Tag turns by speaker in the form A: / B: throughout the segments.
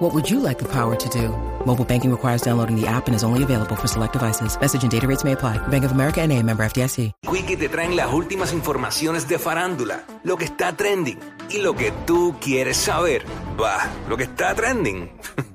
A: What would you like the power to do? Mobile banking requires downloading the app and is only available for select devices. Message and data rates may apply. Bank of America and a member FDIC.
B: Quickie te traen las últimas informaciones de farándula, lo que está trending y lo que tú quieres saber. Va, lo que está trending.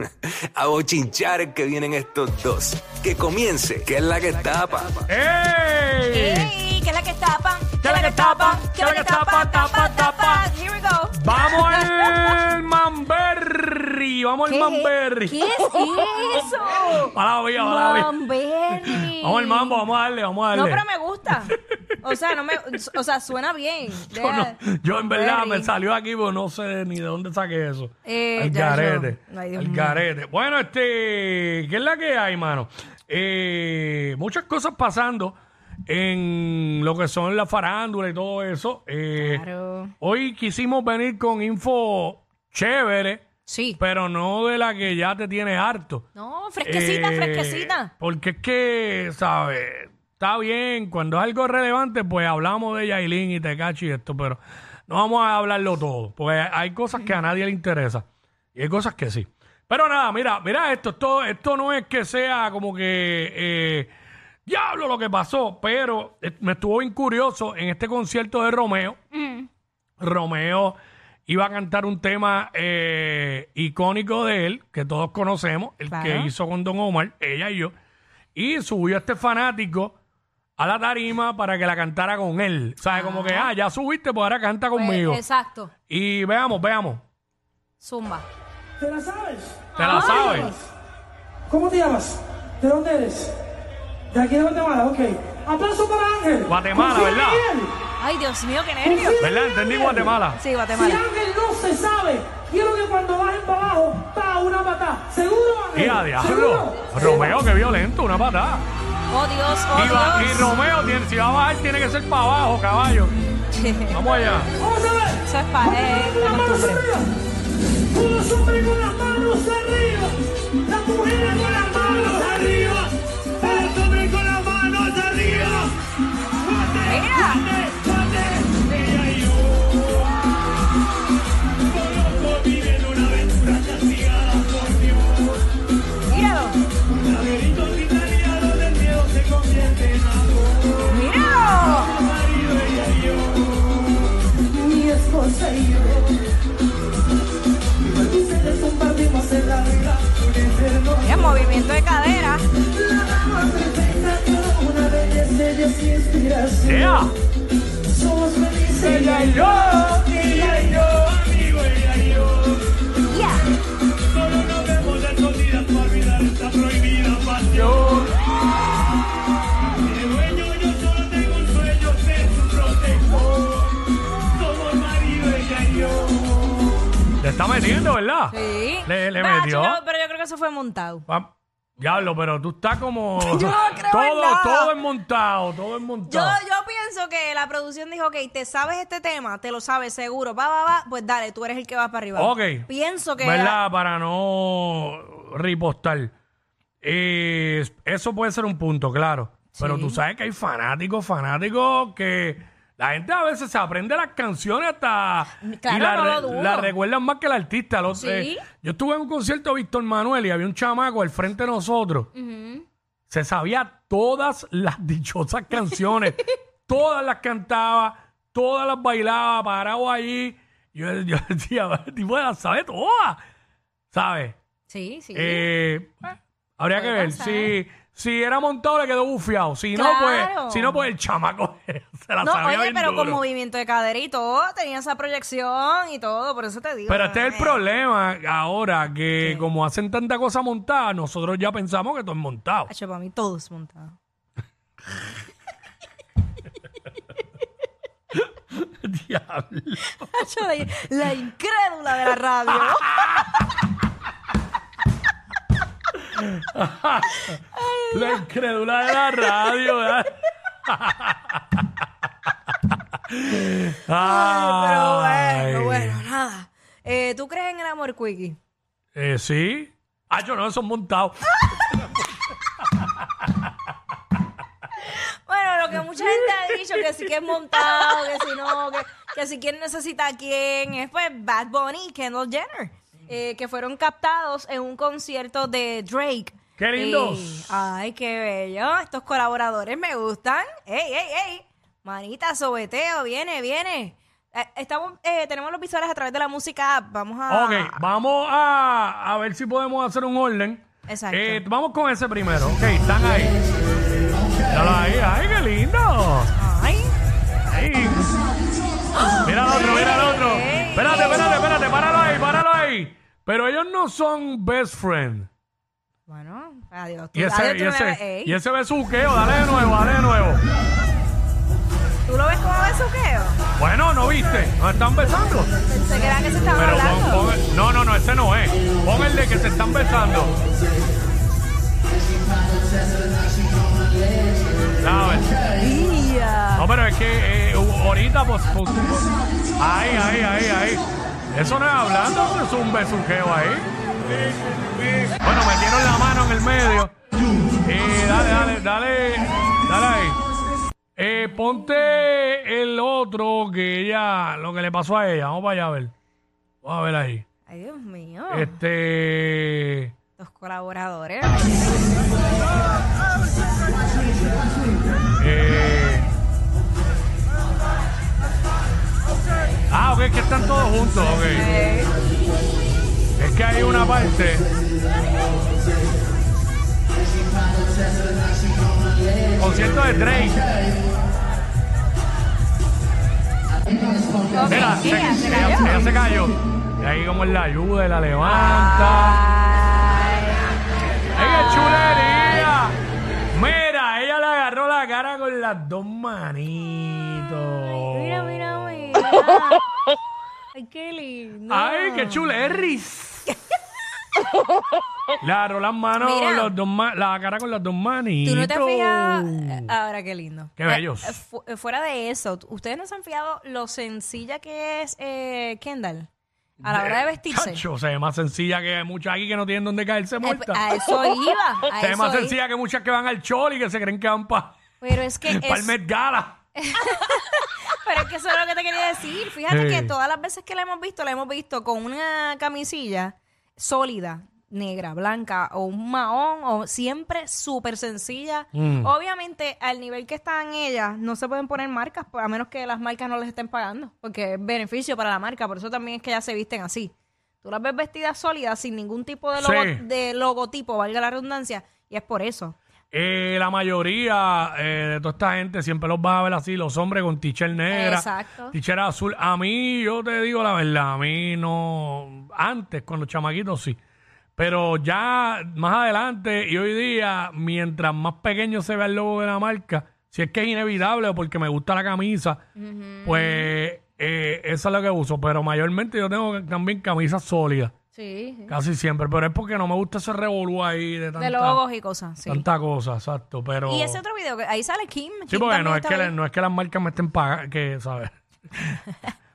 B: A bochinchar que vienen estos dos. Que comience, que es la que tapa.
C: ¡Ey!
D: ¡Ey! ¿Qué es la que tapa?
C: ¿Qué es la que tapa?
D: ¿Qué es la que tapa? Tapa, tapa. Here we go.
C: Vamos al Manberry, vamos al
D: ¿Qué-
C: Manberry.
D: ¿Qué es eso?
C: Para la vida, para la vida.
D: Mamberry.
C: Vamos al mambo, vamos a darle, vamos a
D: No,
C: darle.
D: pero me gusta. O sea, no me, o sea, suena bien.
C: Yo no- yo en verdad me
D: Manberry.
C: salió aquí, pero no sé ni de dónde saqué eso.
D: Eh,
C: al
D: ya, yo-
C: garete.
D: Ay, Dios
C: al
D: mío.
C: garete. Bueno, este, ¿qué es la que hay, mano? Eh, muchas cosas pasando en lo que son las farándulas y todo eso. Eh,
D: Claro.
C: Hoy quisimos venir con info chévere.
D: Sí.
C: pero no de la que ya te tiene harto.
D: No, fresquecita,
C: Eh,
D: fresquecita.
C: Porque es que, ¿sabes? Está bien, cuando es algo relevante, pues hablamos de Yailin y Tecachi y esto, pero no vamos a hablarlo todo, porque hay cosas que a nadie le interesa y hay cosas que sí. Pero nada, mira, mira esto, esto, esto no es que sea como que, eh, diablo lo que pasó, pero eh, me estuvo bien curioso en este concierto de Romeo.
D: Mm.
C: Romeo iba a cantar un tema eh, icónico de él, que todos conocemos, el
D: Claro.
C: que hizo con Don Omar, ella y yo, y subió a este fanático a la tarima para que la cantara con él. ¿Sabes? Como que, ah, ya subiste, pues ahora canta
D: Pues,
C: conmigo.
D: exacto.
C: y veamos, veamos.
D: Zumba.
E: ¿Te la sabes?
C: ¿Te la sabes?
E: ¿Cómo te llamas? ¿De dónde eres? De aquí de Guatemala, ok. Aplauso para Ángel.
C: Guatemala,
E: Confía
C: ¿verdad?
E: en él.
D: Ay, Dios mío, qué
E: Confía
D: nervios.
E: en
C: ¿Verdad?
E: él.
C: Entendí Guatemala.
D: Sí,
E: Si
D: Guatemala.
E: Ángel no se sabe, quiero que cuando bajen para abajo, pa, una patada. ¿Seguro, Ángel?
C: Tía, diablo.
E: ¿Seguro?
C: Romeo, qué violento, una patada.
D: Oh, Dios,
C: Y, va-
D: oh,
C: y
D: Dios.
C: Romeo, tiene- si va a bajar, tiene que ser para abajo, caballo. Vamos allá.
E: Vamos a ver.
D: Eso es para eh,
E: Con las manos
D: costumbre.
E: arriba. Los hombres con las manos arriba. Las mujeres con las manos arriba. El hombre con las manos arriba.
D: Mira. Míralo. Míralo.
E: Mi esposa y yo. Y se les compartimos en la vida un infierno.
D: Mira, movimiento de cadera.
E: La dama perfecta, cada una de ellas, ellas inspiración.
C: ¡Ea!
E: Somos felices. Ella y yo, ella y yo, amigo, ella y yo.
D: Yeah.
E: Solo nos vemos escondidas para olvidar esta prohibida pasión. De dueño yo solo tengo un sueño, ser su protector. Somos marido, ella y yo.
C: Le está metiendo, ¿verdad?
D: Sí.
C: Le- le
D: Bah,
C: metió.
D: chico, pero yo creo que eso fue montado.
C: Va- Diablo, pero tú estás como.
D: Yo no creo en
C: todo,
D: nada.
C: todo es montado, todo es
D: Yo,
C: montado.
D: yo pienso que la producción dijo, ok, te sabes este tema, te lo sabes seguro, va, va, va, pues dale, tú eres el que va para arriba.
C: ok.
D: Pienso que...
C: ¿Verdad? Para no ripostar. Eh, eso puede ser un punto, claro. Pero tú sabes que hay fanáticos, fanáticos que. La gente a veces se aprende las canciones hasta.
D: Claro,
C: y la,
D: no lo
C: re-
D: dudo.
C: la recuerdan más que el artista. Los,
D: Sí.
C: eh, yo estuve en un concierto de Víctor Manuel y había un chamaco al frente de nosotros. Se sabía todas las dichosas canciones. todas las cantaba, todas las bailaba, parado allí. Yo, yo decía, el tipo las sabe todas. ¿Sabes?
D: Sí, sí.
C: Eh, habría que
D: puede
C: ver.
D: pasar.
C: Si, si era montado, le quedó bufiado. Si no,
D: Claro.
C: pues, si no, pues el chamaco se la
D: no,
C: sabía.
D: oye,
C: bien
D: pero con
C: duro.
D: movimiento de cadera y todo, tenía esa proyección y todo, por eso te digo.
C: Pero este es el
D: eh,
C: problema ahora, que como hacen tanta cosa montada, nosotros ya pensamos que todo es montado.
D: Hacho, para mí todo es montado.
C: Diablo.
D: Hacho, la, la incrédula de la radio.
C: La incrédula de la radio, ¿verdad?
D: Ay,
C: Ay.
D: pero bueno, bueno, nada. Eh, ¿Tú crees en el amor, Quickie?
C: Eh, sí. Ah, yo no, son montados.
D: Bueno, lo que mucha gente ha dicho, que sí que es montado, que si no, que, que si quién necesita a quién, es pues Bad Bunny y Kendall Jenner, eh, que fueron captados en un concierto de Drake.
C: ¡Qué lindos!
D: Eh, ay, qué bello. Estos colaboradores me gustan. ¡Ey, ey, ey! Manita, sobeteo, viene, viene. Eh, estamos, eh, tenemos los visuales a través de la música. app. Vamos a.
C: Ok, vamos a, a ver si podemos hacer un orden.
D: Exacto.
C: Eh, vamos con ese primero. Ok, están ahí. Míralo ahí. ¡Ay, qué lindo!
D: Ay.
C: Ahí. Mira al otro, mira al otro.
D: Ey.
C: Espérate, espérate, espérate. Páralo ahí, páralo ahí. Pero ellos no son best friend.
D: Bueno, adiós. Tú,
C: Y
D: adiós,
C: ese,
D: tú
C: y
D: no me ves-
C: ese,
D: ey,
C: y ese besuqueo, dale de nuevo, dale de nuevo.
D: ¿Tú lo ves como besuqueo?
C: Bueno, ¿no viste? Nos están besando.
D: Se crean que se estaban
C: Pero pon-
D: hablando.
C: pon el- no, no, no, ese no es. Pon el de que se están besando. No, es-
D: Día.
C: no, pero es que eh, ahorita, pues, pues, pues, Ahí, ahí, ahí, ahí. Eso no es hablando, eso es un besuqueo ahí. Bueno, metieron la mano en el medio. Eh, dale, dale, dale, dale ahí. Eh, ponte el otro que ella, lo que le pasó a ella. Vamos para allá a ver. Vamos a ver ahí.
D: Ay, Dios mío.
C: Este.
D: Los colaboradores.
C: eh, Ah, ok, que están todos juntos, ok.
D: Eh,
C: Es que hay una parte. Concierto de Drake.
D: ok,
C: Mira,
D: sí, ya se
C: ella,
D: cayó. Ah.
C: ella se cayó. Y ahí como él la ayuda y la levanta.
D: Ay.
C: ¡Ella chulería! Mira, ella le agarró la cara con las dos manitos.
D: Mira, mira, mira. Ay, qué lindo.
C: ¡Ay, qué chulerris! La agarró las manos,
D: Mira.
C: los dos ma- la cara con los dos manitos.
D: Tú no te has fijado. eh, Ahora, qué lindo.
C: Qué bellos.
D: Eh, eh, fu- eh, fuera de eso, t- ¿ustedes no se han fijado lo sencilla que es eh, Kendall a la hora de vestirse?
C: Chacho, se ve más sencilla que muchas aquí que no tienen dónde caerse
D: Eh,
C: muertas.
D: A eso iba. A
C: se ve
D: eso
C: más
D: iba.
C: sencilla que muchas que van al choli y que se creen que van para
D: Pero es que
C: el
D: es,
C: Met Gala.
D: Pero es que eso es lo que te quería decir. Fíjate
C: Sí.
D: que todas las veces que la hemos visto, la hemos visto con una camisilla sólida, negra, blanca o un mahón, o siempre súper sencilla.
C: Mm.
D: Obviamente, al nivel que están ellas, no se pueden poner marcas, a menos que las marcas no les estén pagando, porque es beneficio para la marca. Por eso también es que ellas se visten así. Tú las ves vestidas sólidas, sin ningún tipo de, logo-
C: Sí.
D: de logotipo, valga la redundancia, y es por eso.
C: Eh, la mayoría eh, de toda esta gente siempre los vas a ver así, los hombres con t-shirt negra,
D: Exacto.
C: t-shirt azul. A mí, yo te digo la verdad, a mí no. Antes, con los chamaquitos sí. Pero ya más adelante y hoy día, mientras más pequeño se vea el logo de la marca, si es que es inevitable o porque me gusta la camisa, pues eh, eso es lo que uso. Pero mayormente yo tengo también camisas sólidas,
D: Sí.
C: casi siempre. Pero es porque no me gusta ese revolú ahí de tanta,
D: De logos y cosas. Sí.
C: tanta cosa, exacto. Pero...
D: Y ese otro video, que ahí sale Kim.
C: Sí,
D: Kim
C: porque
D: también
C: no es,
D: está
C: que
D: ahí.
C: la- no es que las marcas me estén pagando, que, ¿sabes?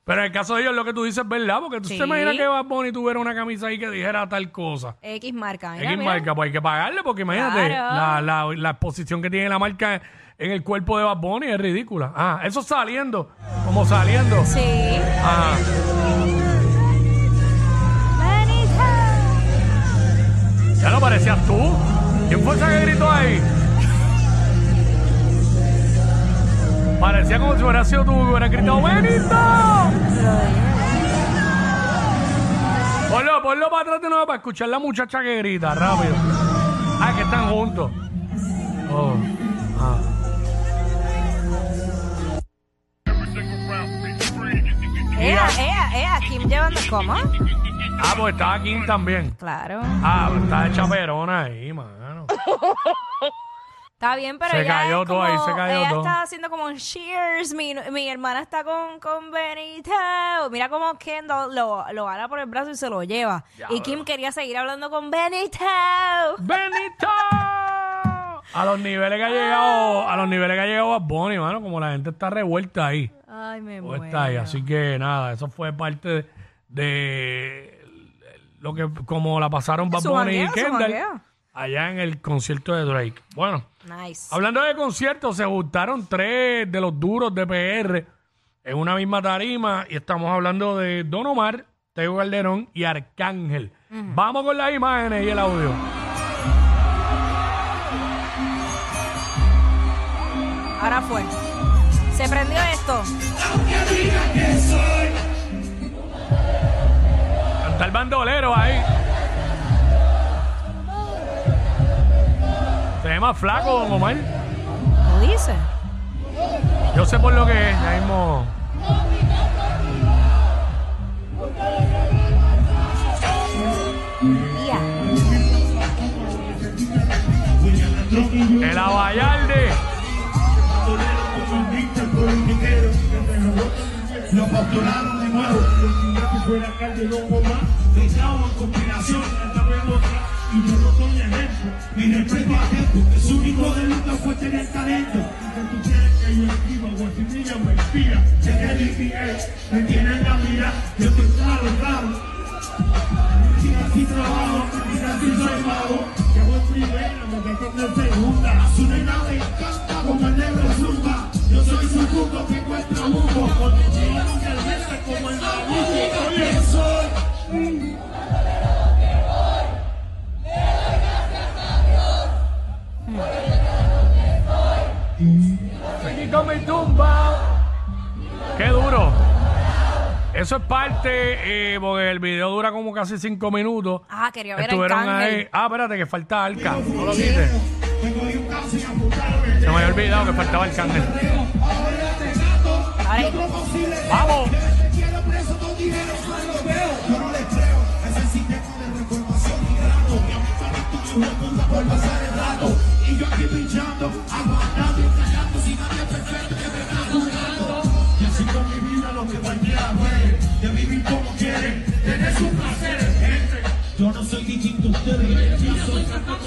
C: Pero en el caso de ellos, lo que tú dices es verdad, porque tú
D: Sí.
C: te imaginas que Bad Bunny tuviera una camisa ahí que dijera tal cosa.
D: X marca. mira,
C: X
D: mira.
C: marca, pues hay que pagarle, porque imagínate,
D: Claro.
C: la, la- la exposición que tiene la marca en el cuerpo de Bad Bunny es ridícula. Ah, eso saliendo, como saliendo.
D: Sí.
C: Ah,
D: Manita.
C: ya lo parecías tú. ¿Quién fue esa que gritó ahí? Parecía como si hubiera sido tú que hubieras gritado, ¡Benito! Ponlo, ponlo para atrás de nuevo para escuchar la muchacha que grita, rápido. Ah, que están juntos. Oh, ah.
D: Ea, ea, ea. Kim llevando. ¿Cómo?
C: Ah, pues estaba Kim también.
D: Claro.
C: Ah, pues está de chaperona ahí, mano.
D: Está bien, pero
C: Se
D: ella
C: cayó
D: es
C: todo
D: como-
C: ahí, se cayó
D: ella
C: todo.
D: está haciendo como un cheers. Mi, mi hermana está con, con Benito. Mira cómo Kendall lo, lo ala por el brazo y se lo lleva. y Kim quería seguir hablando con Benito.
C: ¡Benito! A los niveles que ha llegado, a los niveles que ha llegado Bad Bunny, mano, como la gente está revuelta ahí.
D: Ay, me
C: Todo
D: muero.
C: Pues está ahí. Así que nada, eso fue parte de, de lo que como la pasaron Bad
D: Su
C: Bunny y
D: jangueo, su
C: Kendall
D: jangueo.
C: allá en el concierto de Drake. Bueno,
D: Nice.
C: hablando de conciertos, se juntaron tres de los duros de PR en una misma tarima y estamos hablando de Don Omar, Teo Calderón y Arcángel. Vamos con las imágenes y el audio.
D: Ahora fue. Se prendió esto.
C: Canta el bandolero ahí. Se ve más flaco, Don Omar.
D: ¿Lo dice?
C: Yo sé por lo que es, ya mismo.
D: Ya.
C: El Abayalde.
E: Lo postularon de nuevo, que fuera Calderón o más, pensaban conspiración, esta vez otra, y yo no soy ejemplo, ni respeto a esto, que su único delito fue tener talento, y que tú quieres que yo escriba, o si niña me inspira, que el IPS me tiene en la mira, yo estoy claro, claro, si así trabajo, si así soy mago, que voy primero, porque tengo segunda. Su nena me encanta como el negro zumba. Yo soy su cuco que encuentra humo. Con mi chino que alberta como el mamuco. Oye, soy.
C: Chico me tumba. Qué duro. Eso es parte, eh, porque el video dura como casi cinco minutos.
D: Ah, quería ver a
C: Estuvieron ahí.
D: Arcángel.
C: Ah, espérate, que falta Arca. No lo quites.
E: Me cogí un caso y apuntaron
C: Se me había olvidado que faltaba Arcángel.
E: Ahora te gato.
D: Ahora
E: Yo no posible.
C: ¡Vamos!
E: Te quiero preso, todo dinero, mal lo veo. Yo no les creo. Es el sistema de reformación y grado. Mi amigo es tu hijo de puta por pasar el rato. Y yo aquí pinchando, aguantando y callando. Si nadie es perfecto, que me está jugando. Y así con mi vida lo que cualquiera puede. De vivir como quieren, tener sus placeres, gente. Yo no soy distinto a ustedes. Yo soy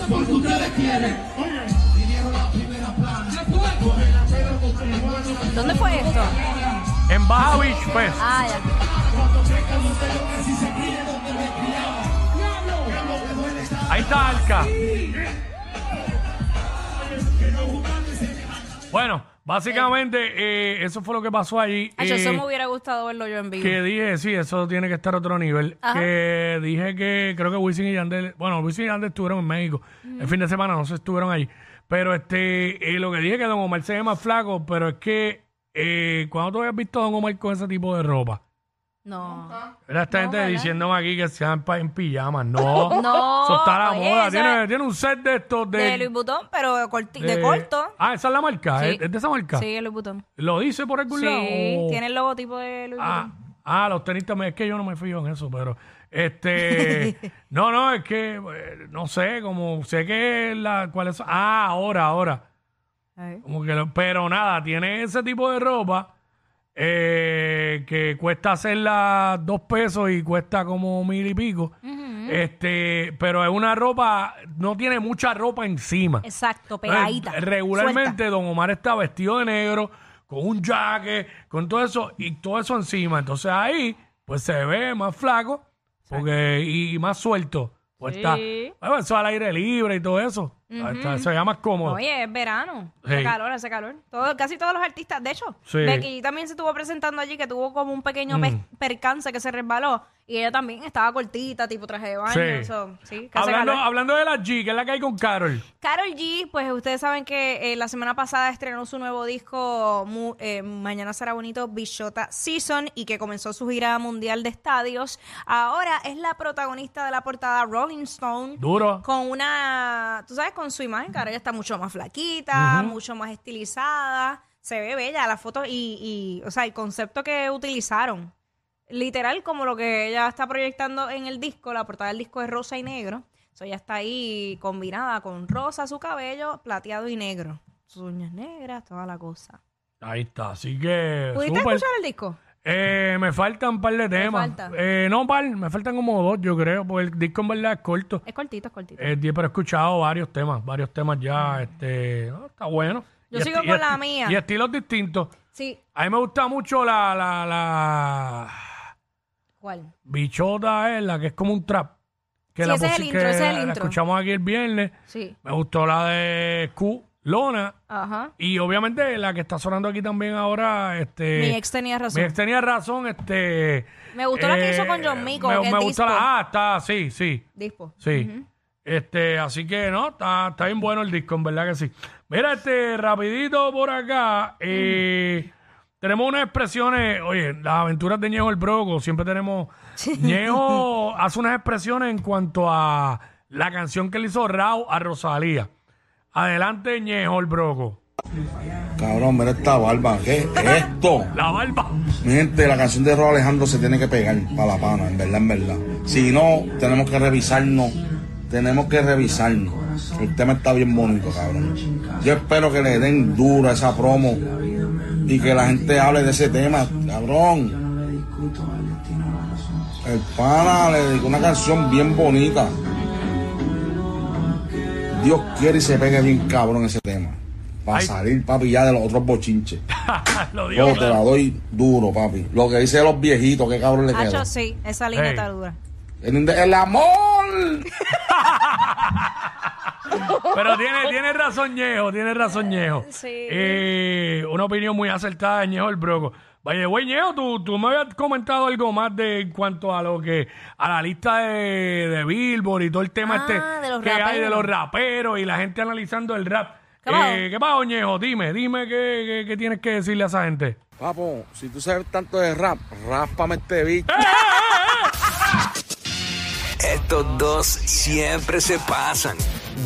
E: porque ustedes quieren. Oye, dinero la primera plana. Coge la pelo con el hermano.
D: ¿Dónde fue esto?
C: En Baja Beach, pues.
D: Ah, ya.
C: Ahí está Arca. Bueno, básicamente eh, eso fue lo que pasó allí.
D: Ay, Ah, yo,
C: Eh,
D: eso me hubiera gustado verlo yo en vivo.
C: que dije, sí, eso tiene que estar a otro nivel.
D: Ajá.
C: Que dije que creo que Wisin y Yandel, bueno, Wisin y Yandel estuvieron en México el fin de semana, no sé si estuvieron allí. Pero este, eh, lo que dije que Don Omar se ve más flaco, pero es que eh, cuando tú habías visto a Don Omar con ese tipo de ropa,
D: No.
C: era esta
D: No,
C: gente
D: ¿verdad?
C: diciéndome aquí que se van pa- en pijamas, no.
D: No,
C: Eso está a la
D: oye,
C: moda.
D: eso
C: Tiene,
D: es-
C: tiene un set de estos de,
D: De Luis Butón, pero corti- de,
C: de-
D: corto.
C: Ah, esa es la marca,
D: Sí.
C: ¿Es, es de esa marca.
D: Sí, el Luis Butón.
C: ¿Lo dice por algún
D: Sí,
C: lado? o-
D: tiene el logotipo de Luis
C: Ah, ah, los tenistas, me- es que yo no me fijo en eso, pero este, no, no, es que eh, no sé, como sé que la cuál es, ah, ahora, ahora,
D: Butón. Ay.
C: como que, lo- pero nada, tiene ese tipo de ropa eh, que cuesta hacerla dos pesos y cuesta como mil y pico, este, pero es una ropa, no tiene mucha ropa encima.
D: Exacto,
C: Entonces,
D: pegadita.
C: Eh, Regularmente
D: suelta.
C: Don Omar está vestido de negro, con un jaque, con todo eso, y todo eso encima. Entonces ahí, pues se ve más flaco porque, y más suelto. Pues
D: Sí.
C: está, bueno, eso al aire libre y todo eso. Está- se ve más cómodo.
D: Oye, es verano.
C: Sí.
D: Hace calor, hace calor. Todo, casi todos los artistas, de hecho.
C: Sí. Mm.
D: Becky G también se estuvo presentando allí que tuvo como un pequeño pe- percance que se resbaló. Y ella también estaba cortita, tipo traje de baño.
C: Sí.
D: so, sí, que hace
C: hablando,
D: calor.
C: hablando de la G, que es la que hay con Carol.
D: Carol G, pues ustedes saben que eh, la semana pasada estrenó su nuevo disco mu- eh, Mañana será bonito, Bichota Season, y que comenzó su gira mundial de estadios. Ahora es la protagonista de la portada Rolling Stone.
C: Duro.
D: Con una, tú sabes, con su imagen, que ahora ella está mucho más flaquita, mucho más estilizada. Se ve bella la foto y, y, o sea, el concepto que utilizaron. Literal, como lo que ella está proyectando en el disco, la portada del disco es rosa y negro. Eso ya está ahí combinada con rosa, su cabello, plateado y negro. Sus uñas negras, toda la cosa.
C: Ahí está. Así que.
D: ¿Pudiste
C: súper.
D: escuchar el disco?
C: Eh, me faltan un par de temas.
D: falta?
C: Eh, no, un par, me faltan como dos, yo creo, porque el disco en verdad es corto.
D: Es cortito, es cortito.
C: Eh, pero he escuchado varios temas, varios temas ya, este, no, está bueno.
D: Yo
C: Y
D: sigo
C: esti- y
D: con la
C: esti-
D: mía.
C: Y estilos distintos.
D: Sí.
C: A mí me gusta mucho la, la, la
D: ¿Cuál?
C: bichota, es la que es como un trap. Que
D: Sí,
C: la
D: ese es
C: posi-
D: el intro,
C: que
D: ese es el
C: la
D: intro.
C: escuchamos aquí el viernes.
D: Sí.
C: Me gustó la de Q, Lona.
D: Ajá.
C: Y obviamente la que está sonando aquí también ahora, este...
D: Mi ex tenía razón.
C: Mi ex tenía razón, este... eh,
D: Me gustó la que hizo con John Mico,
C: Me,
D: que es
C: me gustó
D: disco.
C: la... Ah, está, sí, sí.
D: Dispo.
C: Sí. Este, así que no, está, está bien bueno el disco, en verdad que sí. Mira, este, rapidito por acá.
D: Mm.
C: eh, Tenemos unas expresiones, oye, las aventuras de Ñejo el Broco, siempre tenemos. Ñejo hace unas expresiones en cuanto a la canción que le hizo Rao a Rosalía. Adelante, Ñejo el Broco.
F: Cabrón, mira esta barba. ¿Qué es esto?
C: La barba.
F: Mi gente, la canción de Rob Alejandro se tiene que pegar para la pana, en verdad, en verdad. Si no, tenemos que revisarnos. Tenemos que revisarnos. El tema está bien bonito, cabrón. Yo espero que le den duro a esa promo y que la gente hable de ese tema, cabrón. El pana le dedicó una canción bien bonita. Dios quiere y se pegue bien cabrón ese tema. Para
C: Ay.
F: salir, papi, ya de los otros bochinches.
C: Lo
F: Yo
C: digo.
F: te la doy duro, papi. Lo que dice de los viejitos, qué cabrón le quedó.
D: Hacho, sí, esa línea
C: Hey.
D: está dura.
F: El, el amor.
C: Pero tiene, tiene razón Ñejo, tiene razón Ñejo.
D: Sí.
C: Eh, una opinión muy acertada de Ñejo el Broco. Vaya, güey, Ñejo, tú, tú me habías comentado algo más de en cuanto a lo que, a la lista de, de Billboard y todo el tema
D: Ah,
C: este
D: de los
C: que hay de
D: raperos.
C: los raperos y la gente analizando el rap.
D: ¿Qué pasó?
C: Eh, ¿Qué pasó, Ñejo? Dime, dime qué, qué- qué tienes que decirle a esa gente.
F: Papo, si tú sabes tanto de rap, rápame este bicho.
B: Estos dos siempre se pasan.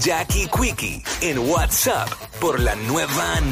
B: Jackie Quickie en WhatsApp por la nueva